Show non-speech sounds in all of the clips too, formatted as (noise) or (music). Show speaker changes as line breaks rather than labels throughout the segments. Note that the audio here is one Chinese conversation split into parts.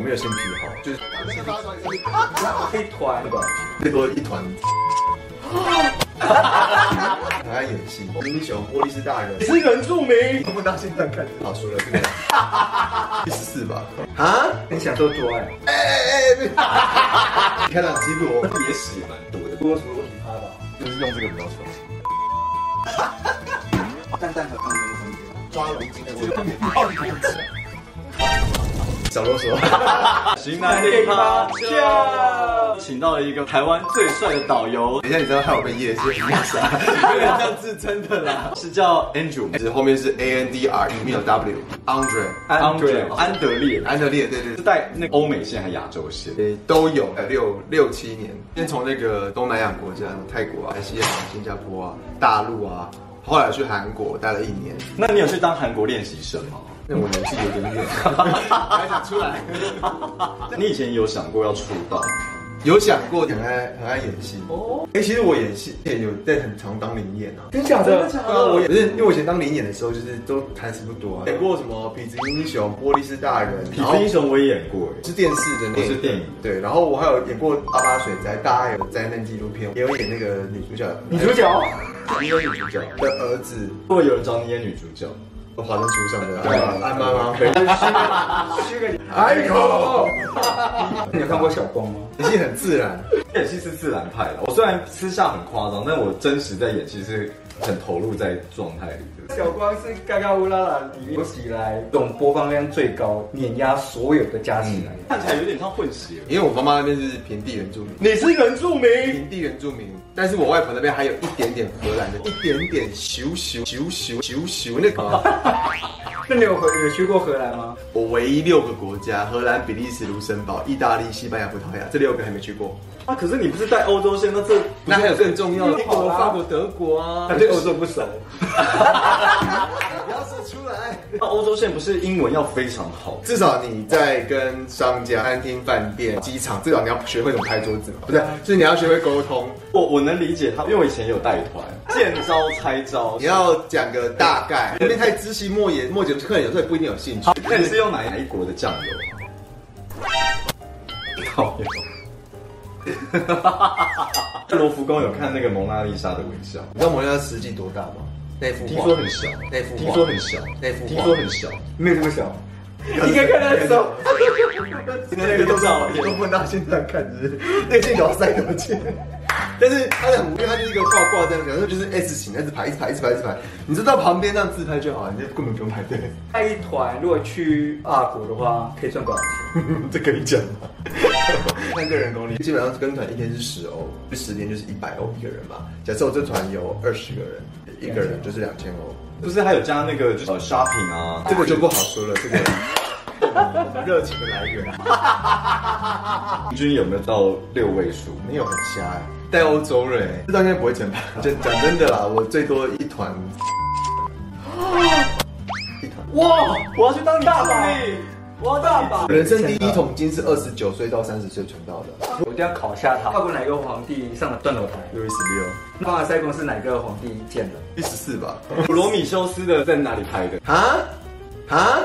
月身体好，就是
一团吧，
最多一团。很爱演戏，英雄玻璃是大人
你，是原住民，
我们到现在看好输了这个，第十四吧。
啊？你享受做爱？
哎哎哎！你看到吉普也死蛮多的，
我有什么问题他吧？
就是用这个比较爽。
蛋蛋和康有什么分别？
抓龙筋的我特别好少啰嗦。
型男电趴下，请到了一个台湾最帅的导游，
等一下，你知道害我被夜市压傻。
有点像自称的啦，是叫 Andrew
其实后面是 A N D R，里面有 W。Andre，
Andre 安德烈，
安德烈，对对
是
对，
带那个欧美线还亚洲线，
呃都有，呃六六七年，先从那个东南亚国家，泰国啊、马来西亚、新加坡啊、大陆啊，后来去韩国待了一年。
那你有去当韩国练习生吗？
那我年纪有点 (laughs) 远，
还想出来？你以前有想过要出道？
有想过很爱很爱演戏哦。哎、其实我演戏也有在很常当零演啊。
真假的？
对啊，我也不是，因为我以前当零演的时候，就是都台词不多啊，演过什么《痞子英雄》《玻璃是大 (laughs) 人》，
痞
然后
子英雄我也演过，哎
是电视的那个，
不是电影
对，然后我还有演过《阿巴水灾》大爱有灾难纪录片，也有演那个女主角的
女主角？
你有女主角？
儿子，
如果有人找你演女主角，
我华灯初上的
对
爱爱妈妈回。
虚个
哎呦，
你有看过小光吗？
演戏很自然，
演戏是自然派的。我虽然私下很夸张，但我真实在演戏是很投入在状态里的。
小光是嘎嘎乌拉拉里面有史以来这种播放量最高，碾压所有的加起来。
看起来有点像混血。
因为我妈妈那边是平地原住民。
你是原住民，
平地原住民，但是我外婆那边还有一点点荷兰的，一点点咻咻咻咻咻咻那个。
那你有回有去过荷兰吗？
我唯一六个国家：荷兰、比利时、卢森堡、意大利、西班牙、葡萄牙，这六个还没去过。
啊，可是你不是带欧洲线，那这
那还有更重要的，英
好
国、
啦
法国、德国啊，
他对欧洲不熟。
不要说出来。
那欧洲线不是英文要非常好？
至少你在跟商家、餐厅、饭店、机场，至少你要学会怎么拍桌子嘛，不是？就是你要学会沟通，
我我能理解他，因为我以前有带团，见招拆招
你。要讲个大 (laughs) 概，那边太知其莫言，莫言客人有时候也不一定有兴趣。
那你是用哪一国的酱 (laughs) 油啊？导游。 (laughs) 罗浮宫有看那个蒙娜丽莎的微笑，
你知道摩纳实际多大吗？那幅
听
画
说很小，
那幅画
听说很小，
那幅画
听说很小，
没有这么小，应该看他的
(laughs)
手。
那个都是好
都不能到现在看，就是 (laughs) 那个镜头塞多进。 (laughs) 但是它的很无聊，它就是一个挂挂这样，然后就是 S 型，一直排，一直排，一直排，一直排。你就到旁边这样自拍就好，你就根本不用排队。
带一团如果去法国的话，可以赚多少钱？
(laughs) 这可以讲吗？三个人公里，基本上跟团一天是十欧，就十天就是一百欧一个人嘛。假设我这团有二十个人，一个人就是两千欧，
不是还有加那个就是呃 shopping 啊？
这个就不好说了，这 (laughs) 个热情的来源。
平均有没有到六位数？
没有很瞎哎、带欧洲人哎、这到现在不会减半。讲讲真的啦，我最多一团，一团。
哇，
我要去当
大把，我要大把。
人生第一桶金是二十九岁到三十岁存到的，
我一定要考下他，法国哪个皇帝上了断头台？
六一十六，
凡尔赛宫是哪个皇帝建的？
第十四吧？
普罗米修斯的在哪里拍的？
啊啊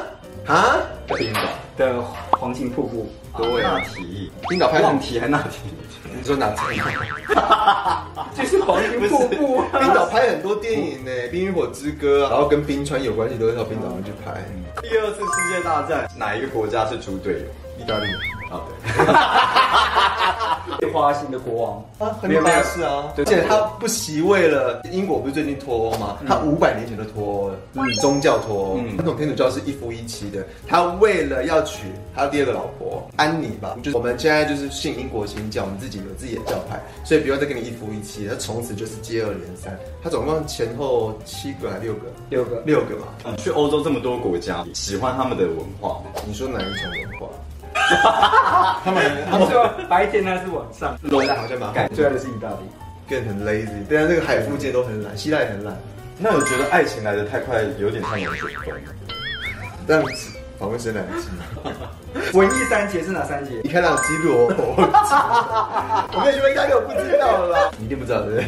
啊！
冰岛。
的黄金瀑布。
对
那提，
冰岛拍什
忘
么？
提还那提？
你说哪次？
就是黄金瀑 (laughs) 布啊。
冰岛拍很多电影呢、冰与火之歌》啊，然后跟冰川有关系都会到冰岛上去拍。
第二次世界大战哪一个国家是猪队友？
意大利
啊，对。
最花心的国王
啊，很有巴士啊，
对
而且他不席位了。英国不是最近脱欧吗？他五百年前就脱欧了，宗教脱欧。
嗯
传统天主教是一夫一妻的，他为了要娶他第二个老婆安妮吧，就是我们现在就是信英国新教，我们自己有自己的教派，所以不要再跟你一夫一妻了，他从此就是接二连三。他总共前后七个还六个，
六个。
六个吧？
嗯去欧洲这么多国家，喜欢他们的文化吗？
你说哪一种文化？ (laughs) 他们他
他
们
说白天那是晚上，
罗兰好像蛮
最爱的是意大利。
变得很 lazy，对啊，那个海附近都很懒，希腊也很懒。
那我觉得爱情来的太快，有点像龙卷风。
让访问生来机，
文艺三节是哪三节？
你看到基路，我跟你说应该我不知道了啦，你一定不知道对不对？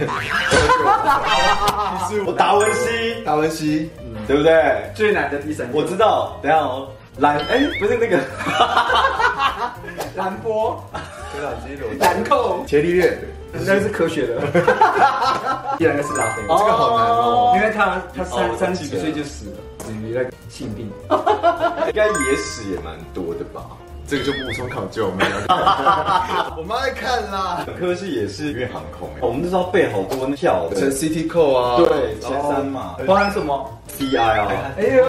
是我达文西，
达文西，
对不对？
最难的第三节。
(laughs) 我知道，等一下哦，懒哎，不是那个，
蓝波、
对了，肌瘤
蓝扣，
伽利略，
那是科
(laughs)
学的，依然是拉菲，
这个好难哦。
因为他他
哦
三
我
三十
记
几
得
岁就死了，死于那个性病。
哦
应该野史也蛮多的吧？
这个就不无从考究，我们聊这个我们爱看啦，
本科系也是因为航空、欸，我们那时候背好多票的，
成 City Call 啊，
对
然
前
后
三嘛
包含什么？
，CI 啊，
哎呦，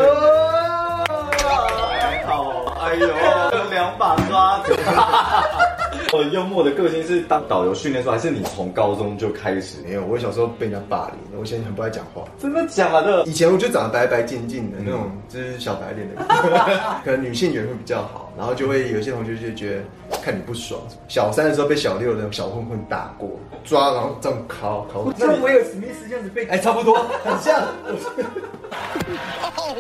还好哦，哎呦，有两把刷子。 (laughs) 我幽默的个性是当导游训练出来，还是你从高中就开始？
没有，我小时候被人家霸凌，我以前很不爱讲话。
真的假的？
(laughs) 以前我就长得白白净净的那种，就是小白脸的， (laughs) 可能女性缘会比较好，然后就会有些同学就觉得看你不爽。小三的时候被小六的小混混打过，抓然后这样敲敲，
像威尔史密斯这样子被，哎，差不多，很像。
(laughs)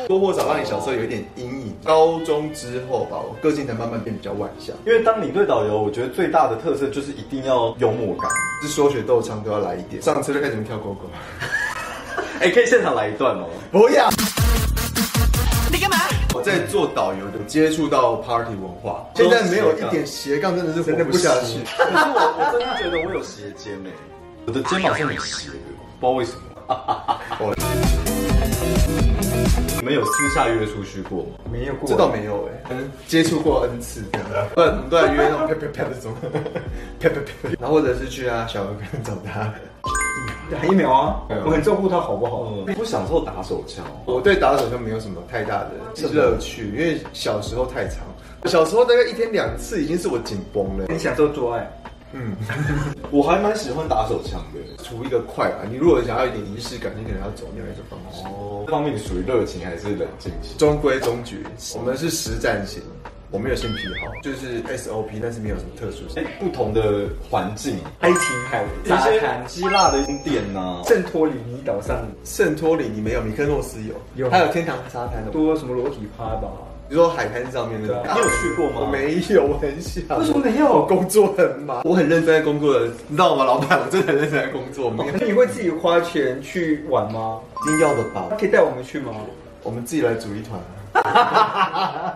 多或少让你小时候有一点阴影。高中之后吧，我个性才慢慢变比较外向，
因为当领队导游，我觉得最大的特色就是一定要幽默感。
就说学逗唱都要来一点。上车就开始跳狗狗，
(laughs) 哎、可以现场来一段哦。
不要。
你干嘛？
我在做导游有接触到 party 文化，现在没有一点斜杠真的是活不下去。
可是我我真的觉得我有斜肩诶、我的肩膀是很斜的，不知道为 (laughs) 什么。你们有私下约出去过吗？
没有过，
这倒没有哎、接触过 N 次这样， (laughs) 不然我们都在约那种啪啪啪的这 (laughs) 种，啪啪啪，然后或者是去啊小河边找他。
打疫苗啊
嗯，
我很照顾他，好不好？
嗯，不享受打手枪。
我对打手枪没有什么太大的乐趣，因为小时候太长，小时候大概一天两次已经是我紧绷了。
很享受做爱，
嗯，
我还蛮喜欢打手枪的。
图一个快吧，你如果想要一点仪式感，你可能要走另外一种方式。
哦，这方面你属于热情还是冷静型？
中规中矩，我们是实战型，我没有性癖好，就是 SOP，但是没有什么特殊
哎、
性。
不同的环境，
爱琴海
有
沙
一些
滩，
希腊的宫殿呐、
圣托里尼岛上
圣托里尼没有，米克诺斯有，
有
还有天堂沙滩的。
多什么裸体趴吧？
你说海滩上面那个
对
啊你有去过吗
我没有，我很想。
为什么没
我
有？
工作很忙，我很认真在工作的，你知道吗，老板？我真的很认真在工作，没有
那你会自己花钱去玩吗？
一定要的
他
吧？
可以带我们去吗？
我们自己来组一团啊。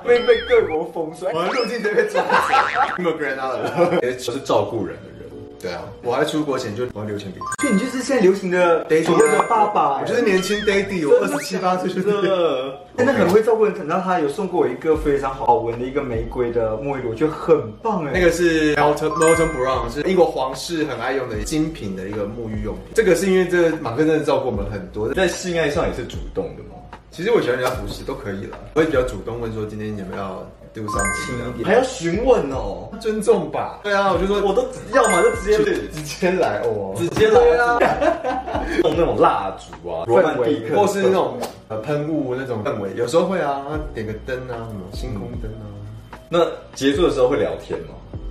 被被各国封锁
我的路径这边转， (laughs) 没有 grand (laughs) out
哎，就是照顾人的 (laughs) 人。
对啊，我还出国前就我要留钱给你。
所以你就是现在流行的
Daddy 啊
所谓的爸爸、
我就是年轻 daddy，我二十七八岁就
真
是。
的，
真的很会照顾人。等到他有送过我一个非常好闻的一个玫瑰的沐浴露，我觉得很棒哎。
那个是 Elton Milton Brown，是英国皇室很爱用的精品的一个沐浴用品。这个是因为这个马克真的照顾我们很多，
在性爱上也是主动的吗？
其实我喜欢人家服饰都可以了，我也比较主动问说今天有没有要 do something 啊
轻一点，
还要询问哦。
尊重吧。对啊，我就说
我
我
都要么就直接
直接来哦，
直接来啦，用那种蜡烛 (laughs) 啊，罗曼蒂克，
或是那种呃喷雾那种氛围，有时候会啊，点个灯啊，什么星空灯啊，
那结束的时候会聊天吗？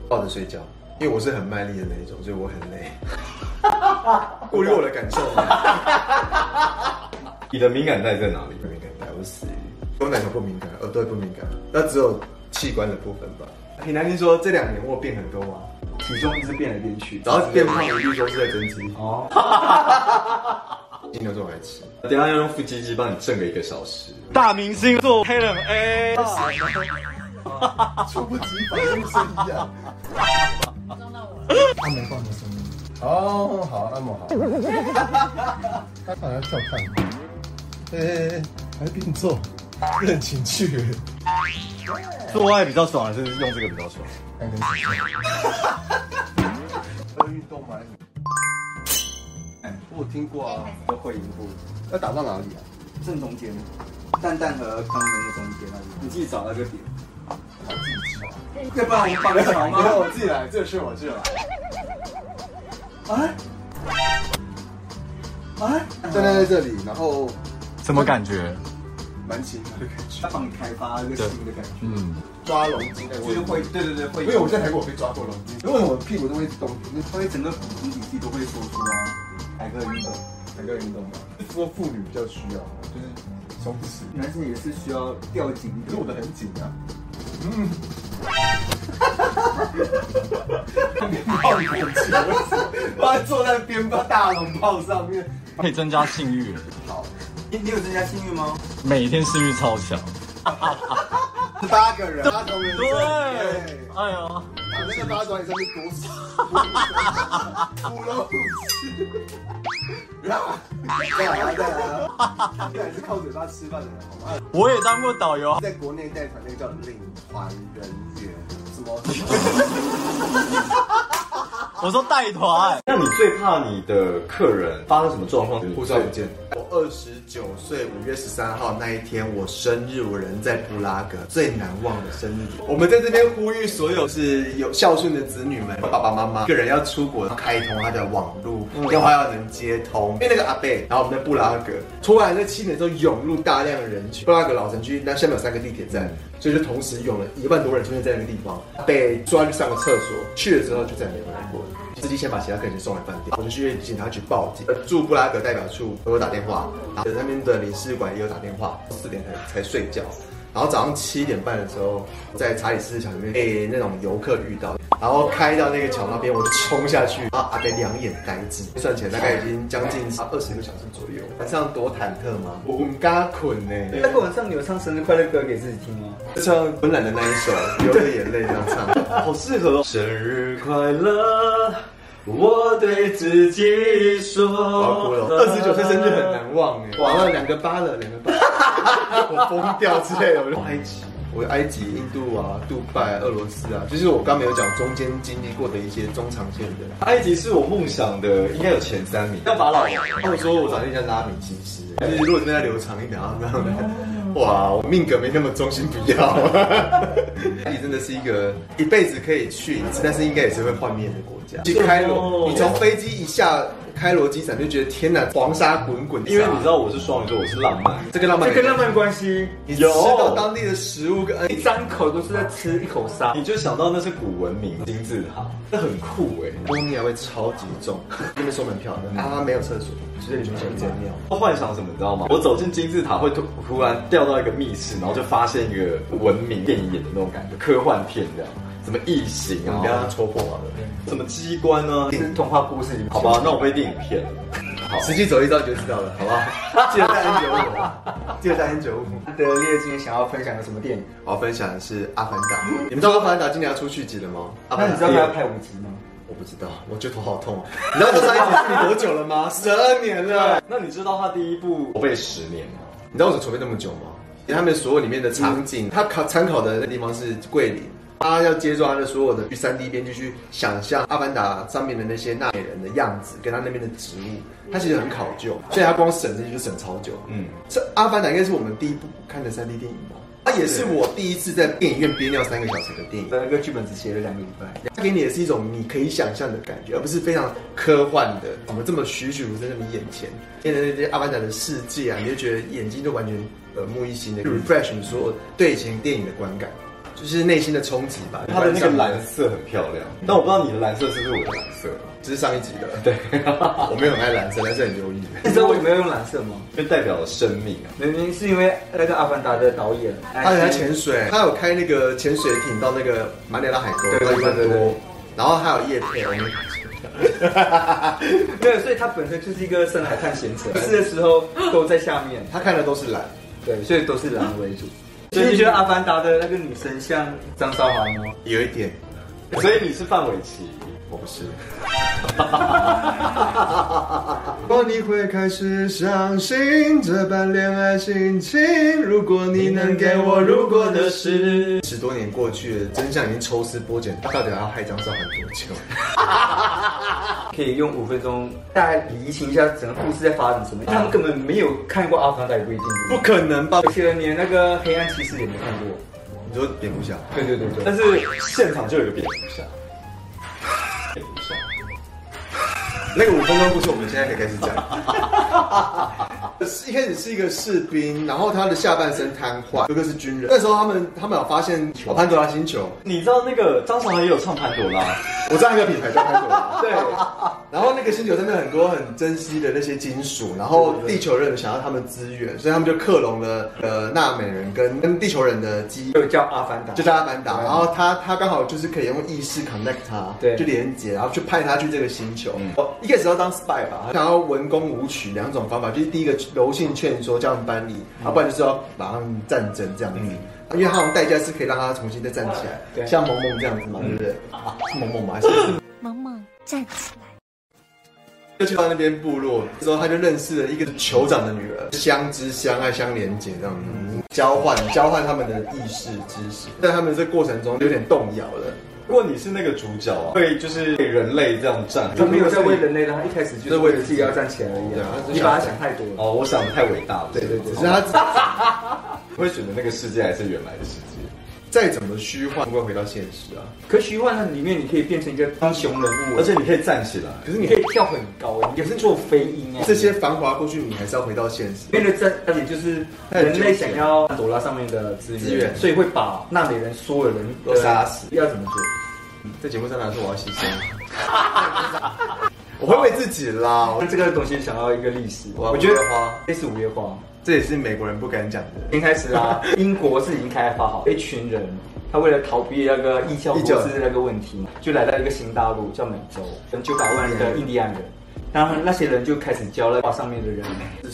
抱着睡觉。因为我是很卖力的那一种，所以我很累。顾虑我的感受嘛，
你的敏感带在哪里？
不敏感带，我是死鱼，我奶头不敏感，耳朵也不敏感，那只有器官的部分吧。很难听说这两年我变很多嘛，
体重一直变来变去，
然后变胖一律都是在增肌，
哦，
金牛座来吃。
等一下要用腹肌机帮你震个一个小时。
大明星做黑人 A，
猝不及防，是不是一样？
他没放的声音，
哦，好，那么好，
他反而跳看。哎哎哎，还并奏，这很情趣耶，
做爱比较爽还是用这个比较爽？
还能情趣。要运动吗？
我有听过啊，
都会赢步，
要打到哪里啊？
正中间，蛋蛋和肛门的中间那里，你自己找那个点。要不然我们帮你找
没有，
吗？
我自己来，这是我自己来。
啊啊！
站在这里，然后
什么感觉？
蛮轻的感觉，
他帮你开发一个新的感觉，
嗯，
抓龙筋的
就是会，对对对，会，
因为我在泰国被抓过龙筋，因为我屁股都会动，那
会整个骨盆底肌都会收缩啊，来个运动。
整个运动嘛，说妇女比较需要，就是松弛，
男生也是需要吊紧一
可是
点
我的很紧啊。嗯。抱我坐在鞭炮大龙炮上面，
可以增加性欲，
你你有增加性欲吗？
每天性欲超强。
八个人，八个人，
对，哎呀，
的
那
性
个
质
八爪鱼真是多死。
骷髅吃。再来啊，再来啊！这也是靠嘴巴吃饭的人，好吗？
我也当过导游，
在国内带团那个叫领团人员，什么？
我说带团，
那你最怕你的客人发生什么状况？
护照不见。我二十九岁五月十三号那一天，我生日，我人在布拉格，最难忘的生日。我们在这边呼吁所有是有孝顺的子女们，爸爸妈妈，一个人要出国开通他的网路，电话要能接通。因为那个阿贝，然后我们在布拉格，突然在七点钟涌入大量的人群，布拉格老城区那下面有三个地铁站，所以就同时涌了一万多人出现在那个地方，被抓去上个厕所，去了之后就再也没有来过了。司机先把其他客人送来饭店，我就去警察局报警。呃驻布拉格代表处给我打电话，然后那边的领事馆也有打电话，四点才才睡觉。然后早上七点半的时候，在查理斯桥里面被那种游客遇到，然后开到那个桥那边，我就冲下去，然后阿北两眼呆滞，算起来大概已经将近二十个小时左右。晚上多忐忑吗？我们刚捆呢，
那个晚上你有唱生日快乐歌给自己听吗？
就像温岚的那一首《流着眼泪》这样唱。
好适合哦！生日快乐，我对自己说。
我要哭了，二十九岁生日很难忘哎，完哦了两个八了，两个八， (laughs) 我疯掉之类的，我就埃及。我埃及、印度啊、杜拜、俄罗斯啊，就是我刚没有讲中间经历过的一些中长线的。
埃及是我梦想的，应该有前三名。要把老
他们说我长得像拉米西斯，就是如果真的留长一点啊，然后这样哇，我命格没那么忠心，不要。 (laughs) 埃及真的是一个一辈子可以去一次，但是应该也是会幻灭的国家。去开罗，你从飞机一下开罗机场就觉得天哪，黄沙滚滚，
因为你知道我是双鱼座，我是浪漫。
这个浪漫，
这跟浪漫关系，
你吃到当地的食物跟哎
一张口都是在吃一口沙。
你就想到那是古文明金字塔，那很酷哎、
多尿味啊超级重，那边收门票的，啊没有厕所，所以你就想直接尿。
我幻想什么，你知道吗？我走进金字塔，会突突然掉到一个密室，然后就发现一个文明电影演的那种感觉，科幻片这样，什么异形
你不要让
啊
它，戳破我了，
什么机关啊，
是童话故事里面，
好吧，那我被电影骗了。好，
实际走一遭你就知道了，好不好？记得带 N 九五啊，记得带 N 九五。
德烈今天想要分享的什么电影？
我要分享的是《阿凡达》，你们知道《阿凡达》今年要出续集了吗？阿
那
凡
你
达
知道他要拍五集吗？
我不知道，我觉得头好痛啊！你知道我上一集处理多久了吗？十二年了。
那你知道他第一部筹备十年吗？
你知道为什么筹备那么久吗？因为他们所有里面的场景，他考参考的地方是桂林，他要接受他的所有的去三 D 编剧去想象《阿凡达》上面的那些纳美人的样子，跟他那边的植物，他其实很考究，所以他光审这些就审超久。
嗯，
这《阿凡达》应该是我们第一部看的三 D 电影吧？它也是我第一次在电影院憋尿三个小时的电影。
的那个剧本只写了两个礼拜。
它给你的是一种你可以想象的感觉，而不是非常科幻的，怎么这么栩栩如生在你眼前？变成那些阿凡达的世界啊，你就觉得眼睛就完全耳目一新的，refresh 你所有对以前电影的观感，就是内心的冲击吧。
他的那个蓝色很漂亮，但我不知道你的蓝色是不是我的蓝色，
这是上一集的，对， (laughs) 我没有很爱蓝色，蓝色很忧郁。
(laughs) 你知道为什么要用蓝色吗？
就代表了生命啊。
明明是因为那个《阿凡达》的导演，
他有在潜水，他有开那个潜水艇到那个马里拉海沟，
对对对对对，
然后还有叶片，我们
对，所以他本身就是一个深海探险者， (laughs) 吃的时候都在下面，
他看的都是蓝。
对，所以都是蓝为 (laughs) 主。所以你觉得《阿凡达》的那个女生像张韶涵吗？
有一点，
所以你是范玮琪，
我不 (laughs) 是。如果你会开始相信这般恋爱心情，如果你能给我如果的事。十多年过去了，真相已经抽丝剥茧，到底要害张韶涵多久？
可以用五分钟大概理清一下整个故事在发生什么。他们根本没有看过《阿凡达》，也不一定。
不可能吧
而？且连那个《黑暗骑士》也没看过。
你说蝙蝠侠？
对对对对。
但是现场就有一个蝙蝠侠，蝙蝠侠。
那个五分钟故事，我们现在可以开始讲。 (laughs) 是一开始是一个士兵，然后他的下半身瘫痪，哥哥是军人。那时候他们他们有发现哦潘多拉星球，
你知道那个张韶涵也有唱潘朵拉，
(laughs) 我知道那个品牌叫潘多拉。
对，
然后那个星球上面很多很珍惜的那些金属，然后地球人想要他们资源，所以他们就克隆了呃纳美人跟跟地球人的基因，
就叫阿凡达，
就叫阿凡达。然后他他刚好就是可以用意识 connect 他，
对
就连接，然后去派他去这个星球
嗯。
哦，一开始要当 spy 吧，想要文攻武取两种方法，就是第一个柔性劝说叫他们搬离，要不然就是要把他们战争这样子。啊因为他们代价是可以让他重新再站起来，
嗯对
像萌萌这样子嘛，对不对？啊，是萌萌嘛，还是
萌萌站起来。
就去到那边部落之后，他就认识了一个酋长的女儿，相知相爱相连结这样子，交换交换他们的意识知识，在他们这过程中有点动摇了，
如果你是那个主角啊，会就是被人类这样站，
他没有在为人类的，他一开始就是为了自己要站起来而已
对
啊
他只。是
你把他想太多了。
哦，我想的太伟大了。
对对对，只是他自
会选择那个世界还是原来的世界？
再怎么虚幻，不会回到现实啊。
可虚幻它里面你可以变成一个英雄人物，
而且你可以站起来，
可是
你
你
可以跳很高，你可以做飞鹰
啊
哎。
这些繁华过去，你还是要回到现实。
里面的争而且就是人类想要夺拉上面的资源，
资源
所以会把纳美人所有人
都杀死。
要怎么做？
在节目上来说，我要牺牲，我会为自己啦。
那这个东西想到一个历史，
我
我觉得
花，
这是五月花。
这也是美国人不敢讲的。
先开始 (laughs) 啦，英国是已经开发好一群人，他为了逃避那个异教
异教
国是那个问题嘛，就来到一个新大陆叫美洲，跟九百万的印第安人。然后那些人就开始教了上面的人，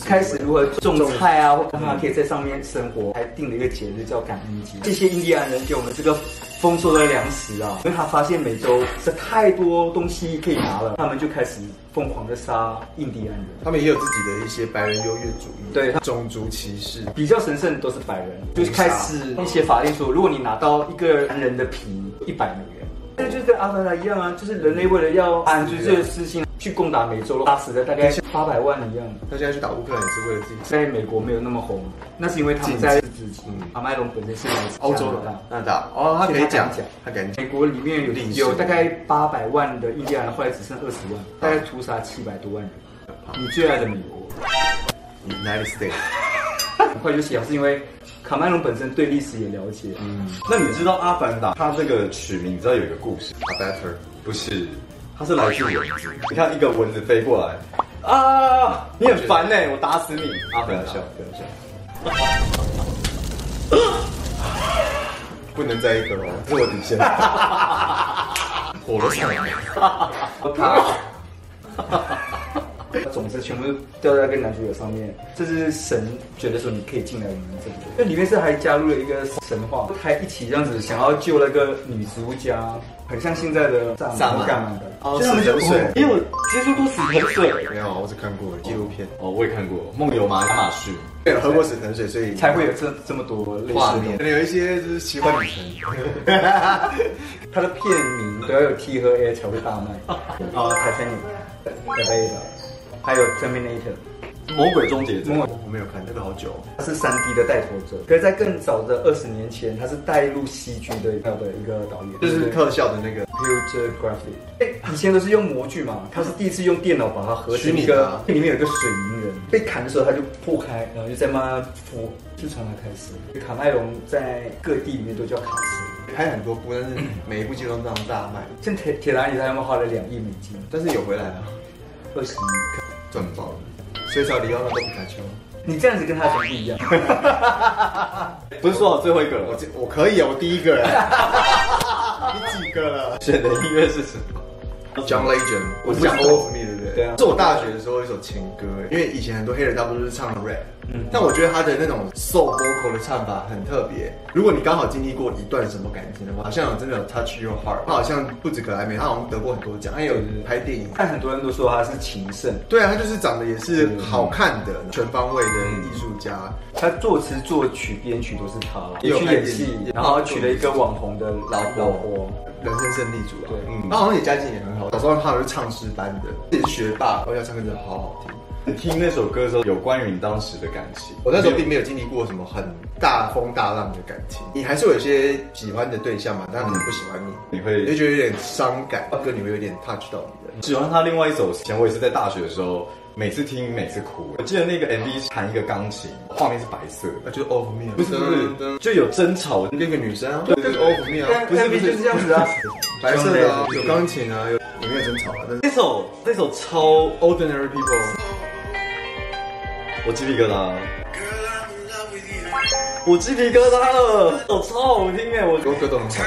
开始如何种菜啊，或让他可以在上面生活，还定了一个节日叫感恩节。这些印第安人给我们这个丰收的粮食啊，因为他发现美洲是太多东西可以拿了，他们就开始疯狂的杀印第安人。
他们也有自己的一些白人优越主义，
对他
种族歧视，
比较神圣的都是白人，就是开始那些法令说，如果你拿到一个男人的皮一百美元，这就跟阿凡达一样啊，就是人类为了要满足这个私心，去攻打美洲，打死了大概八百万一样。
他现在去打乌克兰也是为了自己。
在美国没有那么红，那是因为他们在自己。阿麦隆本身是来自
欧洲
加拿大
的，那大哦，他可以讲
所以，
他敢讲，
美国里面有
历史
有大概八百万的印第安人，后来只剩二十万，大概屠杀七百多万人。你最爱的美国。
United States
很快就写好，是因为卡麦隆本身对历史也了解，
那你知道《阿凡达》它这个取名，你知道有一个故事？
are better。
不是，它是来自蚊子。你看一个蚊子飞过来，啊，你很烦呢、我打死你！啊阿
不
凡
要
达
笑，，不要笑。不能再一个哦，这是我底线。火了上来，
(laughs) 种子全部都掉在那个男主角上面，这是神觉得说你可以进来我们这里。那里面是还加入了一个神话，还一起这样子想要救那个女主角，很像现在的萨满干
(laughs)
嘛
啊
的。
哦，死流水
因为我接触过死藤水。
没有，我只看过纪录片。
哦，我也看过《梦游马马逊》，
对，我喝过死藤水，所以
才会有这这么多类似
画
的
面，可能有一些就是奇幻旅程。
它的片名都要有 T 和 A 才会大卖。啊，Titanic，对的，还有 Terminator，
《魔鬼终结者》。
梦
我没有看，那个好久哦。
他是三 D 的带头者，可是在更早的二十年前，他是带入戏剧的一个的一个导演，
就是特效的那个
computer graphic。哎，以前都是用模具嘛，他是第一次用电脑把它合成
嗯
一
虚拟的
个，
啊
里面有一个水银人，被砍的时候它就破开，然后就在慢慢孵，就从它开始。卡麦隆在各地里面都叫卡斯，
拍很多部，但是每一部剧都这样大卖，
像铁铁达尼他们花了两亿美金，
但是有回来了，
二十亿。
赚爆了。所以才有里奥纳多皮卡丘。
你这样子跟他讲不一样，
不是说好最后一个
我
了？
这我可以啊，我第一个 (laughs) 了。你几个了
选的音乐是什么？
？John Legend，我是
不知道
讲 Over Me 对不对？
对啊
这是我大学的时候一首情歌，因为以前很多黑人大部分都是唱 rap，但
嗯
我觉得他的那种 soul vocal 的唱法很特别。如果你刚好经历过一段什么感情的话，好像有真的有 touch your heart。他好像不止格莱美，他好像得过很多奖，他也有拍电影。
但很多人都说他是情圣，
对啊，他就是长得也是
嗯
好看的，全方位的艺术家。
他作词、作曲、编曲都是他啦，
也
也
有
去
拍
演
电
戏
影，
然后娶了一个网红的老老婆。
人生胜利组啊，
对
嗯，他好像也家境也很好，小时候他好像是唱诗班的，自己是学霸，而且唱歌真的好好听。
你听那首歌的时候，有关于你当时的感情。
我那时候并没有经历过什么很大风大浪的感情，你还是会有一些喜欢的对象嘛，但可能不喜欢你，
你会
你就觉得有点伤感，歌你会有点 touch 到你的。
喜欢他另外一首，以前我也是在大学的时候，每次听每次哭。我记得那个 MV 是弹一个钢琴，画面是白色
啊，
的，
就是 over me，啊
不是不
噔噔
是，就有争吵。
那个女生啊，就是 over me 啊，
不是不是就是这样子啊，
白色的啊，有钢琴啊，有音乐真吵啊，但是
这首这首超
Ordinary People
我鸡皮疙瘩，我鸡皮疙瘩了，哦，超好听哎，我
很多歌都很好听，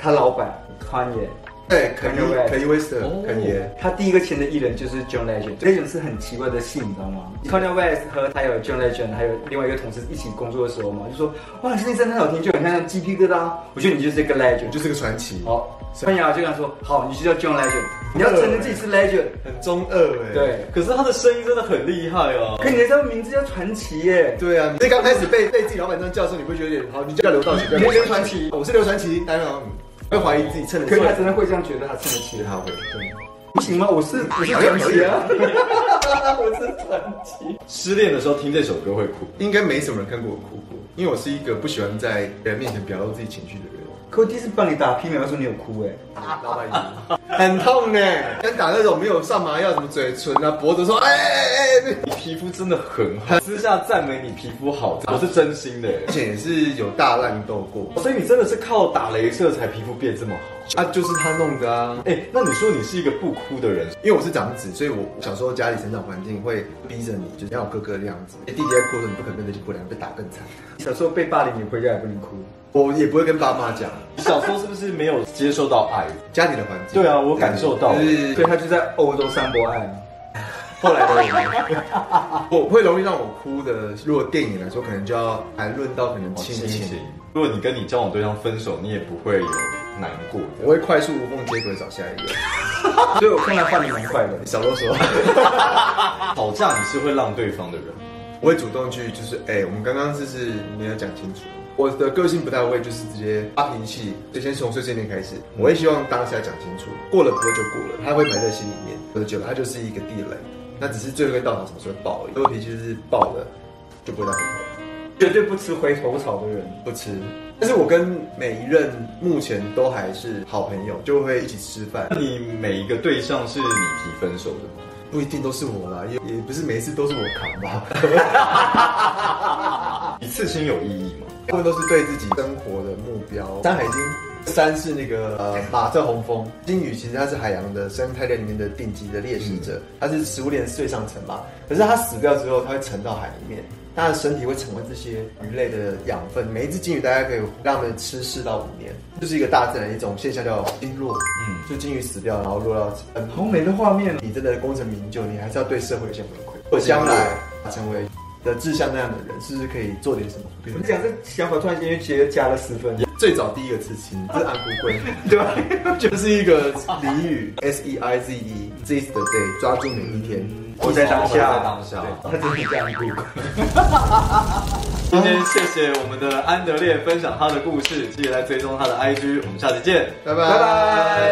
他老板宽爷，
对，哦肯尼
Kanye West
肯尼威斯特肯尼耶，
他第一个签的艺人就是 John Legend。Legend 是很奇怪的戏，你知道吗？Kanye West 和还有 John Legend 还有另外一个同事一起工作的时候嘛，就说哇，你声音真的很好听，就很像鸡皮疙瘩。我觉得你就是一个 Legend，
你
就
就是个传奇，
好。潘雅就跟他说：“好，你就叫 John Legend，你要承认自己是 Legend。
很中二哎，
对，
可是他的声音真的很厉害啊！
可你的这个名字叫传奇耶，
对啊，你刚开始被被自己老板这样叫的时候，你会觉得有点好，你就叫刘道奇，叫哦
你是刘传奇
我是刘传奇，当然嗯会怀疑自己称得
可是他
上，
真的会这样觉得，他撑得起
他
他。
会，对，
不行吗？我是我是传奇啊，我是传奇。
失恋的时候听这首歌会哭，
应该没什么人看过我哭过，因为我是一个不喜欢在人面前表露自己情绪的 (laughs) 人。
可我第一次帮你打屁苗，说你有哭哎。”
老板很痛呢，跟打那种没有上麻药什么嘴唇啊、脖子说，哎哎哎，哎
你皮肤真的很好，私下赞美你皮肤好，我是真心的欸
而且也是有大乱斗过
所以你真的是靠打镭射才皮肤变这么好。
啊，就是他弄的啊。
哎、那你说你是一个不哭的人，
因为我是长子，所以我小时候家里成长环境会逼着你，就是要有哥哥的样子。哎弟弟在哭的时候，你不可能跟着去哭，两个被打更惨。
小时候被霸凌，你回家也不能哭。
我也不会跟爸妈讲
你小时候是不是没有接受到爱？
家里的环境。
对啊，我感受到了。
就是
(laughs)
所以他就在欧洲散播爱啊。
后来的我，我会容易让我哭的。如果电影来说，可能就要谈论到可能亲
哦亲情
情，。
如果你跟你交往对象分手，你也不会有难过的。
我会快速无缝接轨找下一个。
所以我看他换的蛮快的。
少啰嗦，
吵架你是会让对方的人，
我会主动去，就是哎、我们刚刚就是没有讲清楚。我的个性不太会，就是直接啊发脾气，就先从碎碎念开始。
嗯
我会希望当下讲清楚，过了不会就过了，他会埋在心里面，隔久了它就是一个地雷，那只是最后一个稻草什么时候爆而已。我的脾气就是爆了，就不会再回头。
绝对不吃回头草的人。
不吃。但是我跟每一任目前都还是好朋友，就会一起吃饭，
那你每一个对象是你提分手的吗？
不一定都是我啦，也也不是每一次都是我扛吧，
一次性有意义吗？
大部分都是对自己生活的目标。山海经，山是那个呃马特洪峰，鲸鱼其实它是海洋的生态链里面的顶级的猎食者，它是食物链最上层嘛。可是它死掉之后，它会沉到海里面，它的身体会成为这些鱼类的养分。每一只鲸鱼大概可以让它们吃四到五年，就是一个大自然一种现象叫鲸落。
嗯，
就金鱼死掉，然后落到很
好
红。
美的画面，
你真的功成名就，你还是要对社会有些回馈。我将来成为的志向那样的人，是不是可以做点什么？比如
你讲这想法突然间就觉得加了十分。
最早第一个刺青，这是安不贵，哦 (laughs) 对吧？就是一个俚语，S E I Z E this the day，抓住每一天。
我在当
我
下，
在当下
对他真的这样录。
今天谢谢我们的安德烈分享他的故事，记得来追踪他的 IG，我们下期见。
拜拜。